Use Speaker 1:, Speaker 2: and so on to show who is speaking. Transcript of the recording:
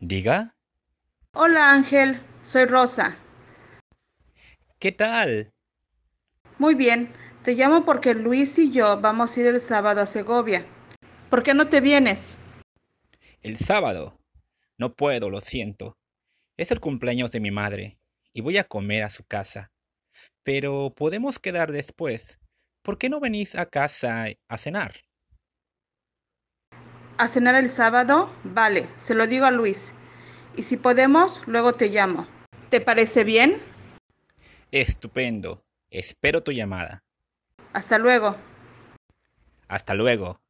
Speaker 1: Diga.
Speaker 2: Hola Ángel, soy Rosa.
Speaker 1: ¿Qué tal?
Speaker 2: Muy bien, te llamo porque Luis y yo vamos a ir el sábado a Segovia. ¿Por qué no te vienes?
Speaker 1: El sábado. No puedo, lo siento. Es el cumpleaños de mi madre y voy a comer a su casa. Pero podemos quedar después. ¿Por qué no venís a casa a cenar?
Speaker 2: ¿A cenar el sábado? Vale, se lo digo a Luis. Y si podemos, luego te llamo. ¿Te parece bien?
Speaker 1: Estupendo. Espero tu llamada.
Speaker 2: Hasta luego.
Speaker 1: Hasta luego.